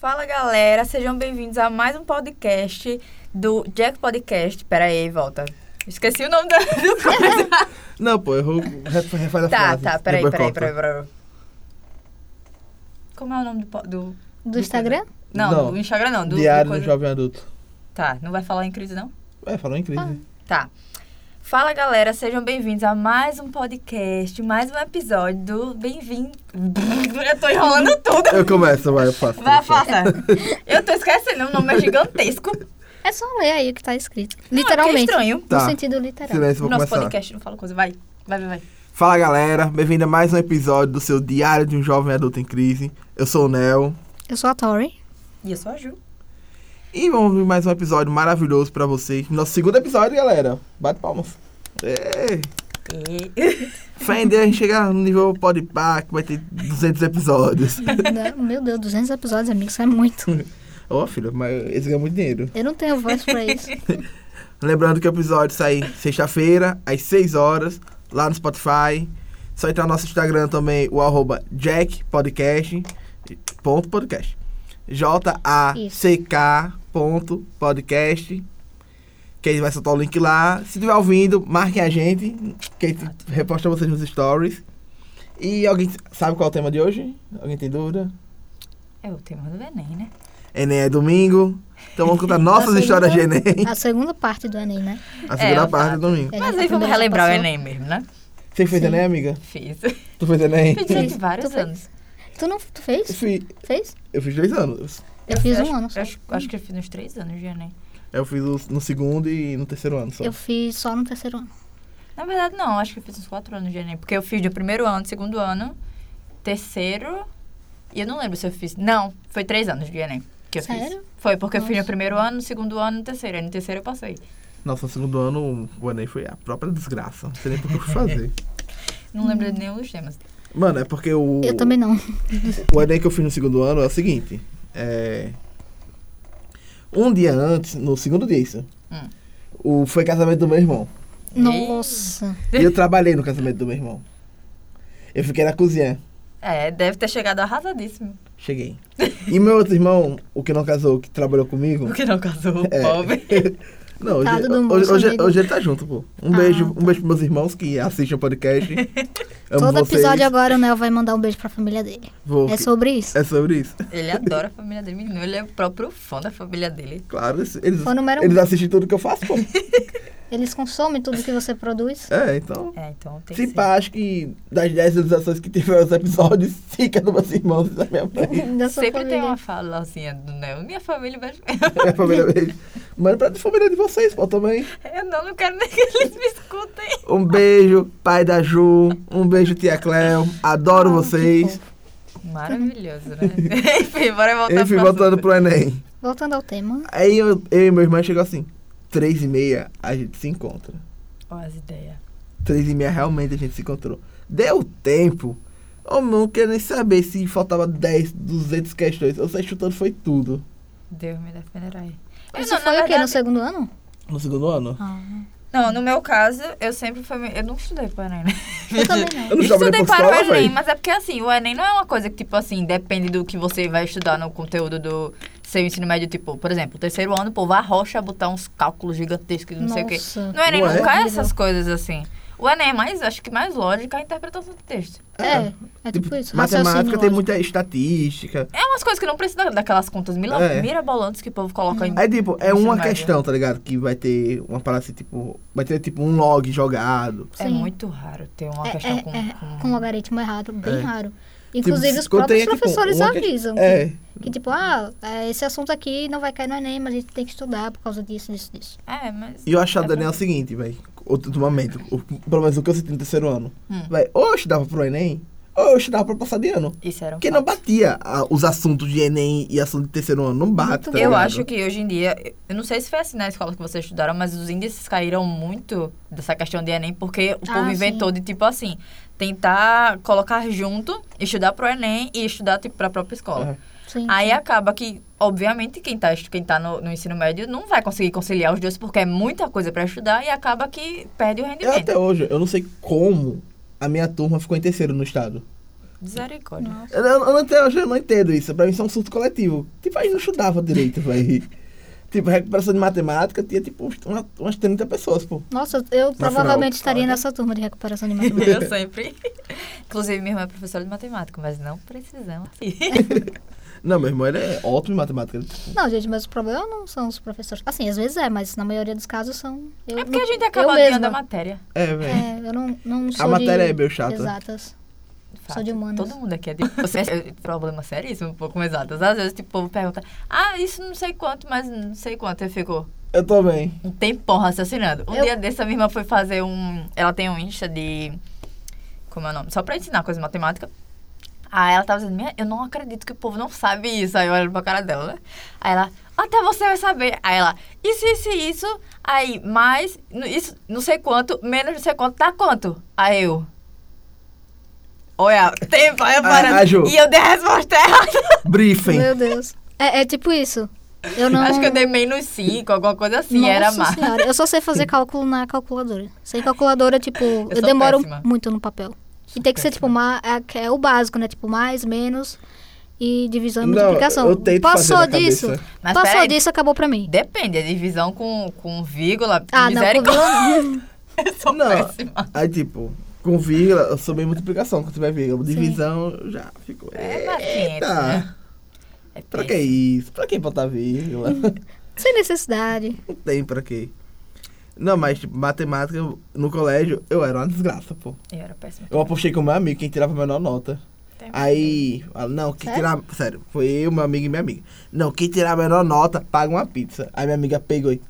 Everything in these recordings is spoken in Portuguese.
Fala galera, sejam bem-vindos a mais um podcast do Jack Podcast. Pera aí, volta. Esqueci o nome da, do coisa. Não, pô, errou. Ref- Refaz a tá, frase. tá, peraí, Depois peraí, corta. peraí, peraí. Como é o nome do. po- do Do Instagram? não, Não. do Instagram não. Do, Diário do do, coisa- Jovem Adulto. Tá, não vai falar em crise não? Ué, falou em crise. Tá. Fala galera, sejam bem-vindos a mais um podcast, mais um episódio do Bem-vindo. Eu tô enrolando tudo. Eu começo, vai, eu faço. Vai, faça. Eu tô esquecendo, o nome é gigantesco. É só ler aí o que tá escrito. Não, que é Literalmente. estranho. Tá. No sentido literal. Silêncio, vou Nosso começar. podcast não fala coisa. Vai, vai, vai, vai. Fala galera, bem-vindo a mais um episódio do seu Diário de um Jovem Adulto em Crise. Eu sou o Nel. Eu sou a Tori. E eu sou a Ju. E vamos ver mais um episódio maravilhoso pra vocês. Nosso segundo episódio, galera. Bate palmas. Ei. E... Fé em Deus, a gente chegar no nível Podpah, que vai ter 200 episódios. Não, Meu Deus, 200 episódios, amigo, isso é muito. Ô, filho, mas eles ganham muito dinheiro. Eu não tenho voz pra isso. Lembrando que o episódio sai sexta-feira, às 6 horas, lá no Spotify. Só entrar no nosso Instagram também, o arroba jackpodcast, ponto podcast. J-A-C-K ponto podcast. Que aí vai soltar o link lá. Se estiver ouvindo, marque a gente, que a gente reposta vocês nos stories. E alguém sabe qual é o tema de hoje? Alguém tem dúvida? É o tema do Enem, né? Enem é domingo. Então vamos contar nossas Nossa, então- histórias de Enem. A segunda parte do Enem, né? A segunda É, parte exato. é domingo. Que a Mas gente- aí vamos a primeira relembrar o passou. Enem mesmo, né? Você fez Sim. Enem, amiga? Fiz. Tu fez Enem? Fiz durante Tu vários fez? anos. Tu não tu Eu fez? fiz, Fez? eu fiz dois anos. Eu fiz acho- um ano só. Acho, acho que eu fiz uns três anos de Enem. Eu fiz o- no segundo e no terceiro ano só. Eu fiz só no terceiro ano. Na verdade, não. Acho que eu fiz uns quatro anos de Enem. Porque eu fiz de primeiro ano, segundo ano, terceiro... E eu não lembro se eu fiz... Não, foi três anos de Enem que eu Sério? fiz. Foi, porque eu fiz no Nossa. primeiro ano, no segundo ano, no terceiro. Aí no terceiro eu passei. Nossa, no segundo ano o Enem foi a própria desgraça. Não sei nem por que eu fui fazer. Não lembro Hum. de nenhum dos temas. Mano, é porque o, Eu também não. o Enem que eu fiz no segundo ano é o seguinte. É, um dia antes, no segundo dia isso, Hum. o, foi casamento do meu irmão. Nossa. E eu trabalhei no casamento do meu irmão. Eu fiquei na cozinha. É, deve ter chegado arrasadíssimo. Cheguei. E meu outro irmão, o que não casou, que trabalhou comigo, Porque não casou, É. pobre. Não, hoje, Tado do hoje- moço, hoje, amigo. hoje ele tá junto, pô. Um Ah, beijo, um tá. beijo pros meus irmãos que assistem o podcast. Amo Todo vocês. episódio agora o Nel vai mandar um beijo pra família dele. Vou- É sobre isso. é sobre isso. Ele adora a família dele, menino. Ele é o próprio fã da família dele. Claro, eles, eles, Foi o número um. eles assistem tudo que eu faço, pô. Eles consomem tudo que você produz. É, então. É, então tem Se que pá, acho que das 10 realizações que tiveram os episódios, 5 é dos meus irmãos e da minha mãe. Da ser. sua Sempre tem família. uma falazinha do Neo. Minha família vai... Minha É família mesmo. Mano, pra família de vocês, pô, também. Eu não, não quero nem que eles me escutem. Um beijo, pai da Ju. Um beijo, tia Cleo. Adoro Ah, que vocês. fofo. Maravilhoso, né? Enfim, bora voltar Enfim, pro voltando assunto. pro Enem. Voltando ao tema. Aí eu, eu e meu irmão chegou assim, três e meia a gente se encontra. Ó, as ideias. Três e meia realmente a gente se encontrou. Deu tempo. Ô, meu, não quero nem saber se faltava 10, 200 questões. Eu saí chutando foi tudo. Deus me defenderá aí. Eu Isso não, na foi o quê? No verdade- segundo ano? No segundo ano? Ah. Não, no meu caso, eu sempre fui... Eu não estudei para Enem, né? Eu também não. Eu não trabalhei Estudei por para o escola, Enem, velho. mas é porque assim, o Enem não é uma coisa que, tipo assim, depende do que você vai estudar no conteúdo do seu ensino médio. Tipo, por exemplo, terceiro ano, o povo arrocha botar uns cálculos gigantescos, não sei o quê. Nossa. No Enem Não não, é? cai essas coisas assim. O Enem é mais, acho que mais lógica a interpretação do texto. É, é tipo isso. Matemática raciocínio tem lógico. muita estatística. É umas coisas que não precisa daquelas contas mila- É. mirabolantes que o povo coloca em. Uhum. Aí, tipo, é Ensino uma médio. um. questão, tá ligado? Que vai ter uma parada assim, tipo... Vai ter, tipo, um log jogado. É Sim. muito raro ter uma É, questão é, com, é, com- com logaritmo errado, bem É. raro. Tipo, Inclusive, os quando tem, próprios é, tipo, professores uma que- avisam. É. Que, que tipo, ah, é, esse assunto aqui não vai cair no Enem, mas a gente tem que estudar por causa disso, disso, disso. É, mas. E eu achava, é Daniel, o bom. seguinte, velho. Ultimamente, o- pelo menos o que eu senti no terceiro ano. Hum. Véi, ou eu estudava pro Enem, ou eu estudava pra passar de ano. Isso era um Porque não fato. batia ah, os assuntos de Enem e assunto de terceiro ano. Não bate, Muito tá eu ligado? acho que hoje em dia, eu não sei se foi assim na escola que vocês estudaram, mas os índices caíram muito dessa questão de Enem, porque o Ah, povo sim. inventou de tipo assim, tentar colocar junto, estudar pro Enem e estudar tipo, pra própria É. escola. Sim. Aí acaba que, obviamente, quem tá, estu- quem tá no, no ensino médio não vai conseguir conciliar os dois, porque é muita coisa pra estudar e acaba que perde o Eu rendimento. até hoje, eu não sei como a minha turma ficou em terceiro no estado. Misericórdia. Nossa. Eu, eu, eu até hoje eu não entendo isso. Pra mim isso é um surto coletivo. Tipo, a gente não estudava direito, velho. Tipo, recuperação de matemática tinha tipo uns- uma- umas 30 pessoas, pô. Nossa, eu provavelmente estaria olha. nessa turma de recuperação de matemática. Eu sempre. Inclusive, minha irmã é professora de matemática, mas não precisamos. Não, meu irmão, ele é ótimo em matemática. Ele, tipo, Não, gente, mas o problema não são os professores. Assim, às vezes é, mas na maioria dos casos são. Eu, É porque não- a gente eu acaba mesma. adiando a matéria. é, velho. É, eu não, não sou a matéria de... é meio chata. Exatas. de fato. Sou de humanas. Todo mundo aqui é de. Você é problema seríssimo, um pouco exatas. Às vezes, tipo, o povo pergunta, ah, isso não sei quanto, mas não sei quanto. Eu fico Eu também. um tempão raciocinando. Um Eu- dia desse, a minha irmã foi fazer um. Ela tem um Insta de. Como é o nome? Só pra ensinar coisa de matemática. Aí ela tava dizendo, minha, eu não acredito que o povo não sabe isso. Aí eu olho pra cara dela, né? Aí ela, até você vai saber. Aí ela, isso, isso, e isso, aí mais, n- isso, não sei quanto, menos não sei quanto, dá quanto? Aí eu. Olha, tempo, aí eu Ah, ah, Ju. parando. E eu dei a resposta errada. Briefing. Meu Deus. É, é tipo isso. Eu não. Acho que eu dei menos 5, alguma coisa assim, Nossa era mais. Senhora, eu só sei fazer cálculo na calculadora. Sem calculadora, tipo, eu, sou demoro péssima. muito no papel. E tem que ser, tipo, ma- é, é o básico, né? Tipo, mais, menos e divisão e Não, multiplicação. eu tento Passou fazer da disso. cabeça. Mas Passou peraí. disso, acabou pra mim. Depende, a divisão com, com vírgula, Ah, não, com misericórdia. vírgula- Eu sou Não. péssima. Aí, tipo, com vírgula, eu sou bem multiplicação. Quando tiver vírgula, divisão, já ficou. É paciente, né? É Pra que isso? Pra que botar vírgula? Sem necessidade. Não tem pra quê. Não, mas, tipo, matemática, eu- no colégio, eu era uma desgraça, pô. péssimo. Eu era péssima. Eu apostei com o meu amigo, quem tirava a menor nota. Tem Aí, ah, não, quem Sério? tirar. Sério, foi eu, meu amigo e minha amiga. Não, quem tirar a menor nota, paga uma pizza. Aí minha amiga pegou e,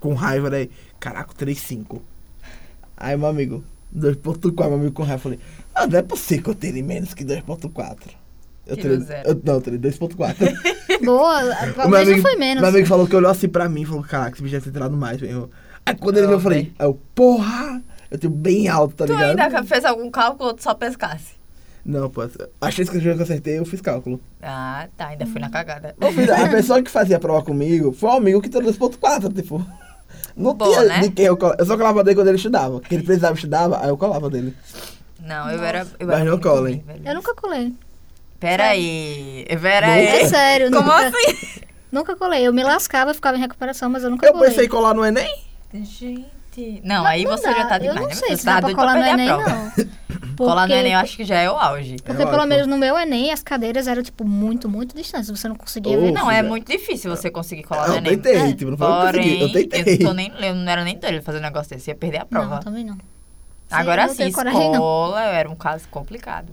com raiva, né? Caraca, 3,5. Aí meu amigo, 2,4, meu amigo com raiva. eu Falei, ah, não é possível que eu tire menos que 2,4. Eu Tirou tirei. zero. Eu, não, eu tirei 2,4. Boa, talvez não foi menos. Meu amigo falou que olhou assim pra mim e falou: Caraca, esse bicho deve ter tirado mais. meu." Aí quando ele Ah, viu, eu falei: bem. aí eu, Porra! Eu tenho bem alto, tá Tu ligado? ainda fez algum cálculo ou tu só pescasse? Não, pô. A chance que eu que eu acertei, eu fiz cálculo. Ah, tá, ainda fui na cagada. Eu fiz- a pessoa que fazia a prova comigo foi um amigo que tirou 2.4, tipo. Não Bom, tinha né? de quem eu colava. Eu só colava dele quando ele estudava. Que ele precisava estudar, aí eu colava dele. Não, eu era. Eu Mas era não muito cola, hein? ruim, velho. Eu nunca colei. Peraí. É Peraí. sério, Como nunca, assim? nunca colei. Eu me lascava, ficava em recuperação, mas eu nunca Eu colei. pensei em colar no Enem? Gente. Não, aí você dá. já tá Eu demais, não né? sei Você se tá dá pra doido pra colar no perder a Enem, prova. não. Colar no Porque- Enem eu acho que já é o auge. É Porque lógico. pelo menos no meu Enem as cadeiras eram tipo muito, muito distantes. Você não conseguia Oh. ver. Não, é filha. muito difícil você conseguir colar no eu Enem. tentei, É. tipo, não foi eu que consegui. Porém, Eu tentei. eu tô nem, eu não era nem doido fazer um negócio desse, ia perder a prova. Não, também não. Agora não sim, tenho coragem, não. escola era um caso complicado.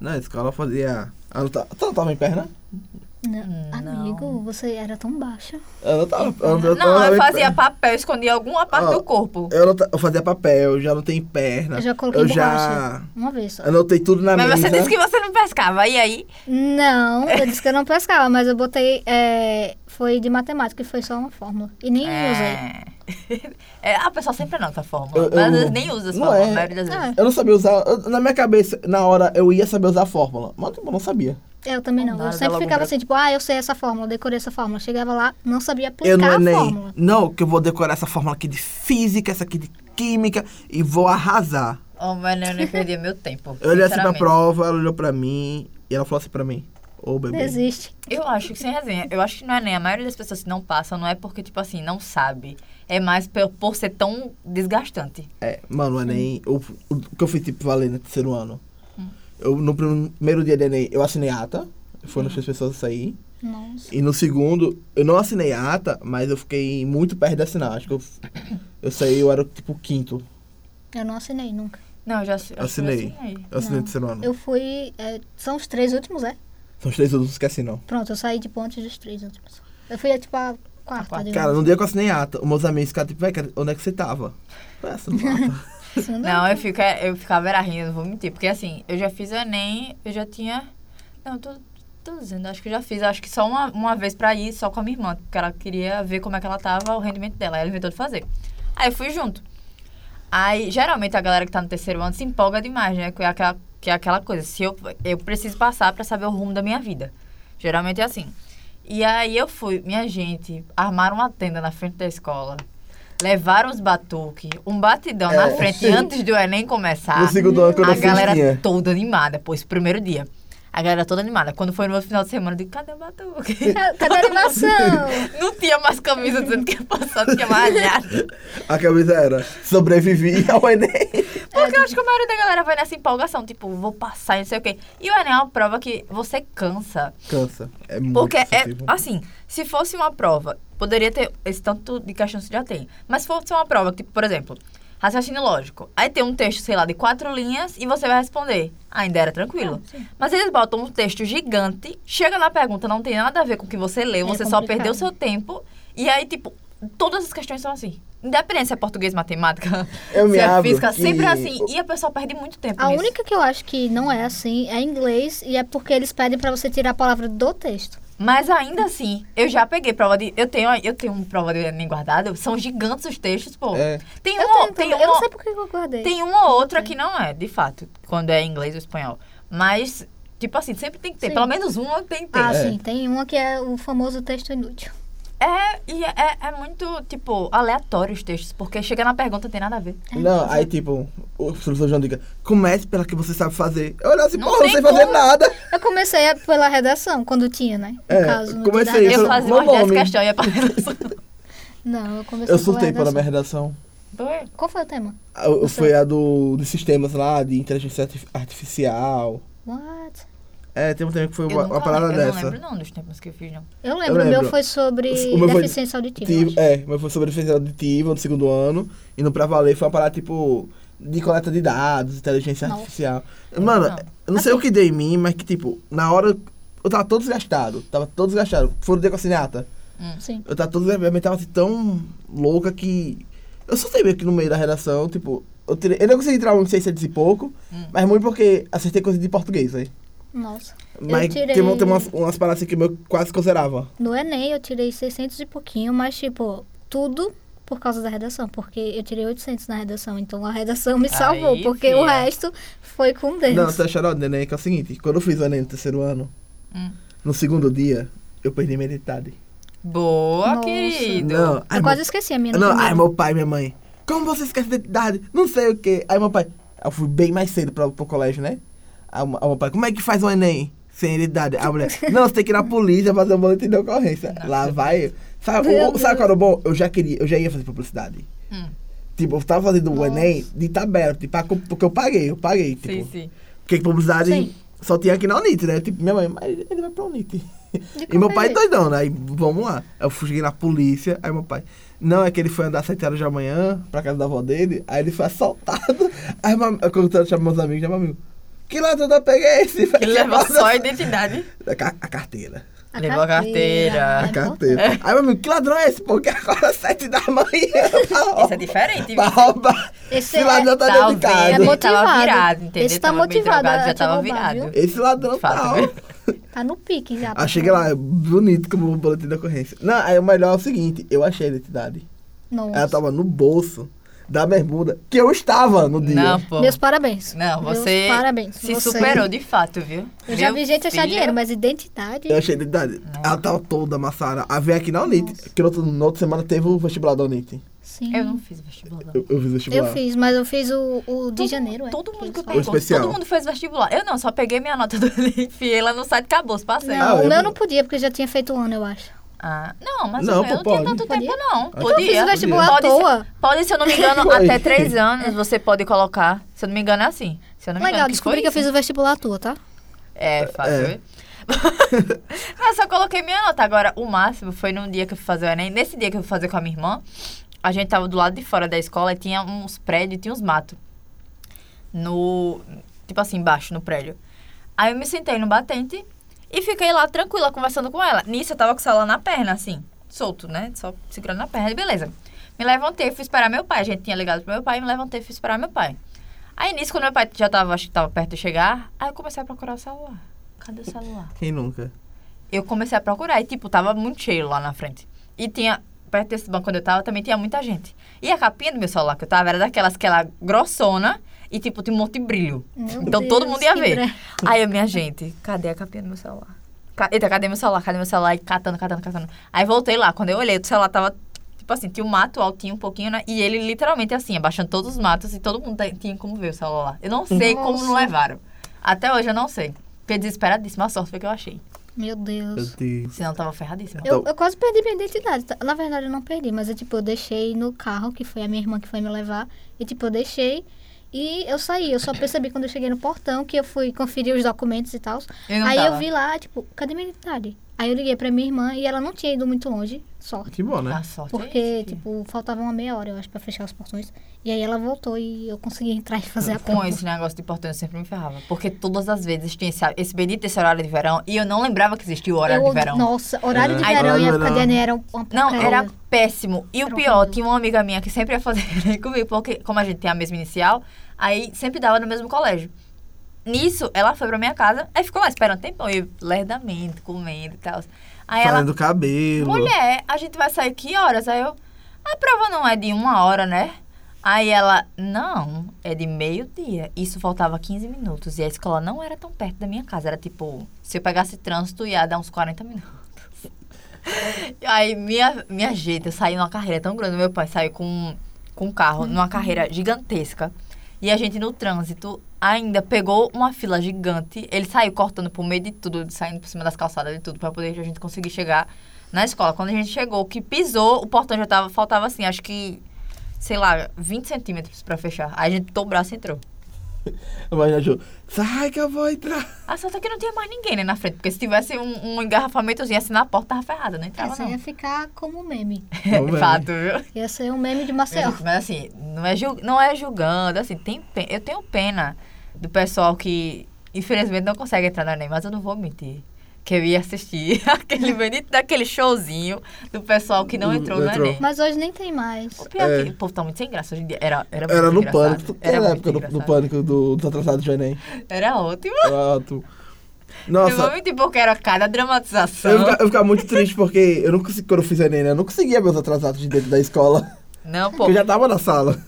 Na escola eu fazia. Eu não tava, tu não tava em perna? Não. Hum, Amigo, você era tão baixa. Eu não tava. Eu, eu Ah, é Não, tava eu em fazia perna. papel, escondia alguma parte Ó, do corpo. Eu, não ta- eu fazia papel, já não tenho perna. Eu já coloquei Eu borracha. já Uma vez só. anotei tudo na Mas mesa. você disse que você não pescava, e aí? Não, eu disse que eu não pescava, mas eu botei. é, foi de matemática e foi só uma fórmula. E nem usei. É, a pessoa sempre anota a fórmula, Eu- mas às eu- vezes nem usa essa não fórmula, é. a maioria das vezes. Eu não sabia usar. eu- na minha cabeça, na hora, eu ia saber usar a fórmula. Mas tipo, eu não sabia. Eu também não. Nada, Eu dá sempre logo ficava um assim, tipo, ah, eu sei essa fórmula, eu decorei essa fórmula. Chegava lá, não sabia aplicar Eu no a Enem. fórmula. Não, que eu vou decorar essa fórmula aqui de física, essa aqui de química e vou arrasar. Oh, mas eu nem perdia meu tempo. Eu olhei assim pra sinceramente. prova, ela olhou pra mim e ela falou assim pra mim: Ô bebê. Desiste. Eu acho que sem resenha. Eu acho que no Enem, a maioria das pessoas que não passam não é porque, tipo assim, não sabe. É mais por, por ser tão desgastante. É, mano, o Enem, o, o que eu fiz tipo valer no terceiro ano. Hum. Eu, no primeiro dia do Enem, eu assinei a ata. Hum. Foram as três pessoas a sair. Nossa. E no segundo, eu não assinei a ata, mas eu fiquei muito perto de assinar. Acho que eu, eu saí, eu era tipo o quinto. Eu não assinei nunca. Não, eu já assi- eu acho que eu Assinei. assinei. Eu assinei assim Não. no terceiro ano. Eu fui. é, são os três últimos, é? São os três últimos que assinam. Pronto, eu saí de pontes dos três últimos. Eu fui, é, tipo, a quarta. quarta. digamos. Cara, no dia que eu assinei a ata, os meus amigos ficaram tipo, velho, onde é que você tava? "Ah, Eu assinei a ata. Assim, não dá. Não, eu, fico, é, eu ficava era rindo, não vou mentir. Porque assim, eu já fiz Enem, eu já tinha. Não, tô, tô dizendo, acho que eu já fiz. Acho que só uma, uma vez pra ir, só com a minha irmã. Porque ela queria ver como é que ela tava, o rendimento dela. Aí ela inventou de fazer. Aí eu fui junto. Aí, geralmente, a galera que tá no terceiro ano se empolga demais, né? Que é aquela, que é aquela coisa. Se eu, eu preciso passar pra saber o rumo da minha vida. Geralmente é assim. E aí eu fui, minha gente, armaram uma tenda na frente da escola. levaram os batuques, um batidão na É. frente antes do Enem começar. No segundo ano, quando Ah, a eu fiz, galera tinha. toda animada, pô, esse primeiro dia. A galera toda animada. Quando foi no outro final de semana, eu digo, cadê o batuque? Cadê a animação? Não tinha mais camisa dizendo que ia passar, não tinha mais nada. A camisa era sobrevivi ao Enem. Porque eu acho que a maioria da galera vai nessa empolgação, tipo, vou passar e não sei o quê. E o Enem é uma prova que você cansa. Cansa. É muito Porque é, cansativo. assim, se fosse uma prova, poderia ter esse tanto de questões que já tem. Mas se fosse uma prova, tipo, por exemplo, raciocínio lógico. Aí tem um texto, sei lá, de quatro linhas e você vai responder. Ainda era tranquilo. É, Mas eles botam um texto gigante, chega na pergunta, não tem nada a ver com o que você leu, É você só complicado. perdeu seu tempo. E aí, tipo, todas as questões são assim. Independente se é português, matemática, Eu me se é abro física, que- sempre é assim. E a pessoa perde muito tempo A nisso. única que eu acho que não é assim é inglês e é porque eles pedem pra você tirar a palavra do texto. Mas ainda assim, eu já peguei prova de. Eu tenho, eu tenho um prova de Enem guardado. São gigantes os textos, pô. É. Tem Eu, um, tenho tem também. eu não um- sei por que eu guardei. tem um ou outra que não é, de fato, quando é inglês ou espanhol. Mas, tipo assim, sempre tem que ter. Sim. Pelo menos uma tem que ter. Ah, É. sim, tem uma que é o famoso texto inútil. É, e é, é- é muito, tipo, aleatório os textos, porque chega na pergunta tem nada a ver. Não, é. aí tipo, o professor João diga, comece pela que você sabe fazer. Eu olhava assim, Não porra, eu não tem sei fazer como. nada. Eu comecei a- pela redação, quando tinha, né? No É, caso, no comecei dia da isso. Eu redação. fazia meu umas 10 nome. questões e ia pra redação. Não, eu comecei Eu é surtei pela pela minha redação. redação. Foi? Qual foi o tema? Eu, eu Você- é- fui a do, dos sistemas lá, de inteligência arti- artificial. What? É, tem um tempo que foi Eu uma, nunca uma parada lembro, eu dessa. não lembro não dos tempos que eu fiz, não. Eu lembro, o lembro. meu foi sobre O meu foi deficiência auditiva. eu Tive- acho. é, mas foi sobre defesa auditiva no segundo ano. E no Pra Valer foi uma parada tipo de coleta de dados, inteligência Nossa. artificial. Mano, Não. eu não sei o que deu em mim, mas que tipo, na hora eu tava todo desgastado. Tava todo desgastado. Foram de cocinata. Sim. Eu tava todo minha mente tava assim, tão louca que. Eu só sei meio que no meio da redação, tipo, eu, tirei, eu não consegui tirar uns 600 e pouco, mas muito porque acertei coisa de português, aí. Nossa. Mas tirei- tem, uma- tem umas, umas paradas assim que eu quase considerava. No Enem eu tirei 600 e pouquinho, mas tipo, tudo por causa da redação, porque eu tirei 800 na redação, então a redação me salvou, Aí, porque o fia. resto foi com Deus. Não, tá chorando, Enem, que é o seguinte, quando eu fiz o Enem no terceiro ano, Hum. no segundo dia, eu perdi minha metade. Boa, Nossa. querido. Não, ai, meu, eu quase esqueci a minha no não, ai, primeiro. meu pai, minha mãe, como você esquece de idade? Não sei o quê. Aí meu pai, eu fui bem mais cedo pra, pro colégio, né? Aí o- aí meu pai, como é que faz o Enem? Sem identidade. Aí a mulher, não, você tem que ir na polícia fazer um boletim de ocorrência. Lá vai. eu. Sabe, Meu o, sabe qual era o bom? Eu já queria, eu já ia fazer publicidade. Hum. Tipo, eu tava fazendo o Enem de tabela, tipo, ah, porque eu paguei, eu paguei. Tipo, Sim, sim. porque publicidade Sim. só tinha aqui na Unite, né? Tipo, minha mãe, mas ele vai pra Unite. De E meu pai qualquer doidão, né? Aí, vamos lá. Eu cheguei na polícia, aí meu pai... Não, é que ele foi andar às 7 horas da manhã pra casa da avó dele, aí ele foi assaltado. Aí mam- eu contando, chamo meus amigos, chamo meu amigo. Que ladrão peguei esse? Que leva só a identidade. A, ca- a carteira. Levou a carteira. A é A importante. carteira. Aí meu amigo, que ladrão é esse? Porque agora às 7 da manhã. Isso é diferente. Pra roubar. Esse Esse é- ladrão tá Talvez dedicado. É motivado. Tava virado, entendeu? Esse tá Tava bem motivado drogado, a já te tava roubar, virado. Esse ladrão De fato, tá... viu? Tá no pique já. Aí cheguei Ah, lá, bonito é como o boletim da ocorrência. Não, aí o melhor é o seguinte, eu achei a identidade. Nossa. Ela tá- tava no bolso da bermuda que eu estava no dia. Não, pô. Meus parabéns. Não, Meus você parabéns. se Você- superou de fato, viu? Eu já Meu vi gente achar filho, dinheiro, mas identidade. Eu achei a identidade. Ela tava toda amassada. A veio aqui na Unite. Que no outro, na outra semana teve o vestibular da Unite. Sim. Eu não fiz vestibular. não. Eu, eu fiz o Eu vestibular. fiz, mas eu fiz o, o de janeiro. é. Todo mundo que eu Isso. O pergunto, especial. todo mundo fez vestibular. Eu não, só peguei minha nota do Enem, enfiei lá no site, acabou, se passei. Não, Ah, o eu- meu eu não podia, porque eu já tinha feito um ano, eu acho. Ah, não, mas Não, eu não tinha pô, pode. tanto tempo, não. que eu Podia. fiz vestibular à Pode ser- toa. Pode, se eu não me engano, Foi. até três anos você pode colocar. Se eu não me engano, é assim. Se eu não me Legal, engano, descobri foi que eu isso. fiz o vestibular à toa, tá? É, fácil. É. viu? eu só coloquei minha nota. Agora, o máximo foi num dia que eu fui fazer o Enem. Nesse dia que eu fui fazer com a minha irmã, a gente tava do lado de fora da escola e tinha uns prédios, tinha uns matos. No. Tipo assim, embaixo, no prédio. Aí eu me sentei no batente e fiquei lá tranquila, conversando com ela. Nisso eu tava com o celular na perna, assim, solto, né? Só segurando na perna, e beleza. Me levantei, fui esperar meu pai. A gente tinha ligado pro meu pai, me levantei, fui esperar meu pai. Aí nisso, quando meu pai já tava, acho que tava perto de chegar, aí eu comecei a procurar o celular. Cadê o celular? Quem nunca? Eu comecei a procurar e, tipo, tava muito cheio lá na frente. E tinha, perto desse banco onde eu tava, também tinha muita gente. E a capinha do meu celular que eu tava era daquelas que ela é grossona e, tipo, tinha um monte de brilho. Meu então todo Deus, mundo ia que ver. bre- Aí eu, minha gente, cadê a capinha do meu celular? Ca- Eita, cadê meu celular? Cadê meu celular? E catando, catando, catando. Aí voltei lá. Quando eu olhei, o celular tava tipo, tipo assim, tinha um mato altinho um pouquinho, né? E ele literalmente assim, abaixando todos os matos e todo mundo tá- tinha como ver o celular lá. Eu não sei como não Nossa. levaram. Até hoje eu não sei. Fiquei desesperadíssima. A sorte foi que eu achei. Meu Meu Deus. Deus. Senão eu tava ferradíssima. Eu, eu quase perdi minha identidade. tá? Na verdade, eu não perdi, mas eu, tipo, eu deixei no carro, que foi a minha irmã que foi me levar. E, tipo, eu deixei e eu saí. Eu só percebi quando eu cheguei no portão, que eu fui conferir os documentos e tal. Eu não Aí tava. eu vi lá, tipo, cadê minha identidade? Aí eu liguei pra minha irmã e ela não tinha ido muito longe, sorte. Que bom, né? A sorte é Porque, isso, filho. tipo, faltava uma meia hora, eu acho, pra fechar os portões. E aí ela voltou e eu consegui entrar e fazer a Com prova. esse negócio de portão eu sempre me ferrava. Porque todas as vezes tinha esse, esse bendito esse horário de verão e eu não lembrava que existia o horário Eu de odi- verão. É. Nossa, horário de Era. verão Horário e de época de verão. Enem eram uma Não, porcaria. era péssimo. E o Era pior, horrível. tinha uma amiga minha que sempre ia fazer Enem comigo, porque como a gente tem a mesma inicial, aí sempre dava no mesmo colégio. Nisso, ela foi pra minha casa, aí ficou lá esperando um tempão, eu lerdamente, comendo e tal. Aí ela, Falando do cabelo. mulher, a gente vai sair que horas? Aí eu, a prova não é de uma hora, né? Aí ela, não, é de meio-dia. Isso faltava 15 minutos. E a escola não era tão perto da minha casa. Era tipo, se eu pegasse trânsito, ia dar uns 40 minutos. E Aí, minha, minha gente, eu saí numa carreira tão grande. Meu pai saiu com, com um carro, numa carreira gigantesca. E a gente no trânsito ainda pegou uma fila gigante. Ele saiu cortando por meio de tudo, saindo por cima das calçadas de tudo, pra poder a gente conseguir chegar na escola. Quando a gente chegou, que pisou, o portão já tava, faltava assim, acho que, sei lá, 20 centímetros pra fechar. Aí a gente botou o braço e entrou. Imagina, Ju. Sai que eu vou entrar. A sorte é que não tinha mais ninguém né, na frente, porque se tivesse um, um engarrafamentozinho assim na porta, tava ferrada, não entrava Essa não. ia ficar como um meme. Vamos ver. Fato, viu? Ia ser um meme de Maceió. Mas assim, não é, jul- não é julgando, assim, tem pe- eu tenho pena do pessoal que infelizmente não consegue entrar no Enem, mas eu não vou mentir. Que eu ia assistir aquele Hum. bonito daquele showzinho do pessoal que não Não entrou no Hum, entrou. Enem. Mas hoje nem tem mais. O pior é. que É. o povo tá muito sem graça hoje em dia. Era, era, muito Era no engraçado. pânico. Tu- Era Era a muito época do, do engraçado. pânico do, dos atrasados de Enem. Era ótimo. Era ótimo. Eu vou Nossa, mentir porque era cada dramatização. eu ficava, eu ficava muito triste porque eu não consegui, quando eu fiz Enem, né? Eu não conseguia ver os atrasados de dentro da escola. Não, pô. Porque eu já tava na sala.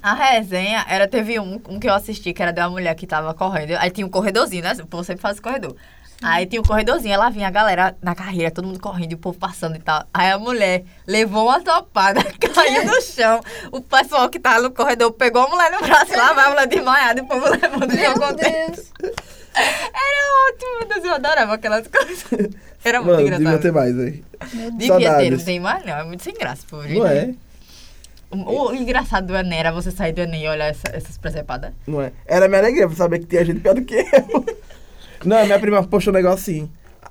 A resenha era, teve um, um que eu assisti, que era de uma mulher que tava correndo. Aí tinha um corredorzinho, né? O povo sempre faz o corredor. Aí tinha um corredorzinho, ela vinha a galera na carreira, todo mundo correndo e o povo passando e tal. Aí a mulher levou uma topada, caiu no chão. O pessoal que tava no corredor pegou a mulher no braço, lavava a mulher desmaiada e o povo levando e jogou Meu dentro. Deus. Era ótimo, meu Deus, eu adorava aquelas coisas. Era É muito Mano, devia engraçado. ter mais, hein? Meu Deus. Devia ter, não saudades. tem mais não, é muito sem graça, pô. gente. Não é? O, o engraçado do Enem era você sair do Enem e olhar essa- essas presepadas. Não é? Era minha alegria pra saber que tinha gente pior do que eu. Não, minha prima postou um negócio assim.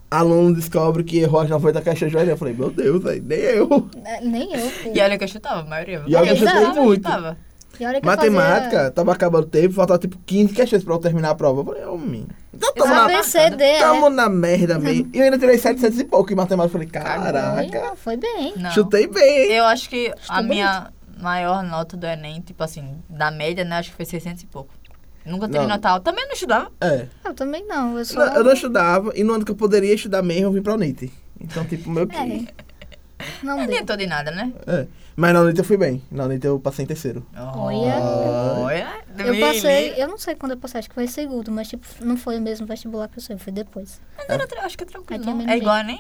Aluno descobre que errou as 90 caixas de Enem. Eu falei, meu Deus, aí, nem eu. É, Nem eu. pô. E olha que eu chutava, a maioria. E olha que eu Mas chutei tava, muito. chutava. E olha que eu Matemática, fazia- tava acabando o tempo, faltava tipo 15 questões pra eu terminar a prova. Eu falei, homem. Então tamo Exato. A, na, B, C, D, né? é. E. tamo na tá merda mesmo. E eu ainda tirei 700 e pouco em matemática. Eu falei, caraca, Foi- Foi bem. Não. chutei bem. hein? Eu acho que a Chutou minha maior nota do Enem, tipo assim, da média, né? Acho que foi 600 e pouco. Nunca tive Não. nota alta. Também não estudava. É. Eu também não. Eu só... Não, eu não estudava e no ano que eu poderia estudar mesmo, eu vim pra Unite. Então, tipo, meu que. É. Não Não deu. adiantou de nada, né? É. Mas na Unite eu fui bem. Na Unite eu passei em terceiro. Olha. Olha. Eu né? passei, eu não sei quando eu passei, acho que foi segundo, mas tipo, não foi o mesmo vestibular que eu sei, foi depois. Mas era, tra- acho que é Aí tranquilo. tem não? menos É igual, né?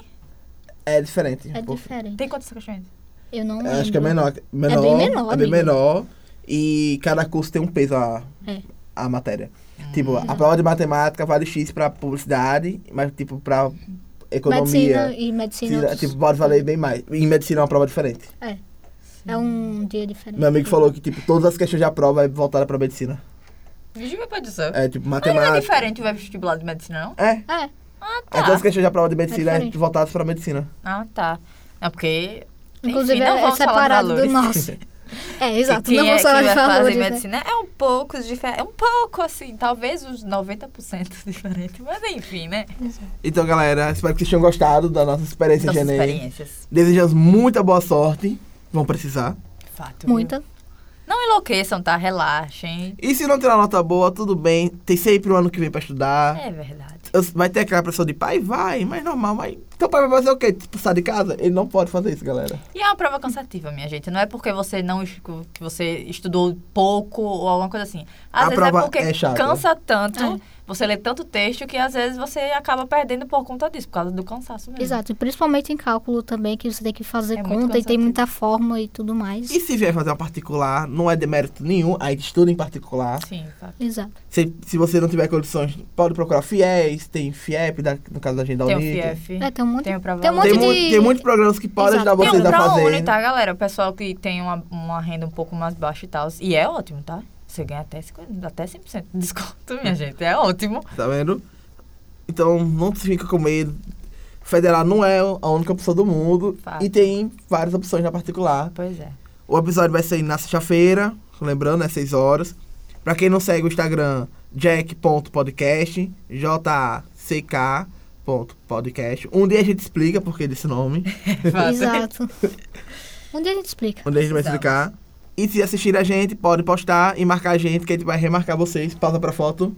É diferente. É um pouco. diferente. Tem quantas questões? Eu não É, acho que é lembro. menor. menor bem menor, É bem amigo. menor. E cada curso tem um peso a, É. a matéria. Tipo, Ah. a prova de matemática vale X pra publicidade, mas tipo, pra Medicina economia. e medicina. tira- outros- tipo, pode valer bem mais. Em medicina é uma prova diferente. É um dia diferente. Meu amigo falou que, tipo, todas as questões da prova é voltada pra medicina. Vixe, meu pai do céu. É, tipo, Mas não é matemática. diferente o vestibular de medicina, não? É, É, Tá. Aí todas as questões da prova de medicina é É diferente. voltadas para medicina. Ah, tá. É porque... inclusive Enfim, não é, é vamos falar de separado do valores. nosso. É, exato. E Não quem é vou que falar de vai fazer valores, né? medicina é um pouco diferente. É um pouco assim, talvez uns 90% diferente. Mas enfim, né? Então, galera, espero que vocês tenham gostado da nossa experiência Nossas de Enem. experiências. Desejamos muita boa sorte. Vão precisar. Fato. viu? Muita. Não enlouqueçam, tá? Relaxem. E se não tirar nota boa, tudo bem. Ah. Tem sempre o ano que vem para estudar. É verdade. Eu- Vai ter aquela pressão de pai? Vai, mas normal, mas Teu pai vai fazer o quê? Tipo, sai de casa? Ele não pode fazer isso, galera. E é uma prova cansativa, minha gente. Não é porque você não es- que você estudou pouco ou alguma coisa assim. Às A vezes prova é porque é chata. cansa tanto, É. você lê tanto texto que às vezes você acaba perdendo por conta disso, por causa do cansaço mesmo. Exato, e principalmente em cálculo também, que você tem que fazer É muito conta e tem cansativo. muita fórmula e tudo mais. E se vier fazer uma particular, não é demérito nenhum, aí estuda em particular. Sim, exato. Exato. Se, se você não tiver condições, pode procurar FIES, tem FIEP, da- no caso da gente da Tem o Unida. FIEF. É, tem um monte Tem o Prova Tem um Uni. Tem, monte mu- de- tem muitos programas que podem Exato. ajudar vocês Tem o a ProUni, fazer. tá, galera? O pessoal que tem uma, uma renda um pouco mais baixa e tal. E é ótimo, tá? Você ganha até, 50, até 100% de desconto, minha gente. É ótimo. Tá vendo? Então, não se fica com medo. Federal não é a única opção do mundo. Fato. E tem várias opções na particular. Pois é. O episódio vai sair na sexta-feira, lembrando, às 6 horas. Pra quem não segue o Instagram, jack.podcast, J-A-C-K ponto podcast. Um dia a gente explica porque desse nome. Fato. Exato. um dia a gente explica. Um dia a gente vai explicar. E se assistir a gente, pode postar e marcar a gente, que a gente vai remarcar vocês. Pausa pra foto.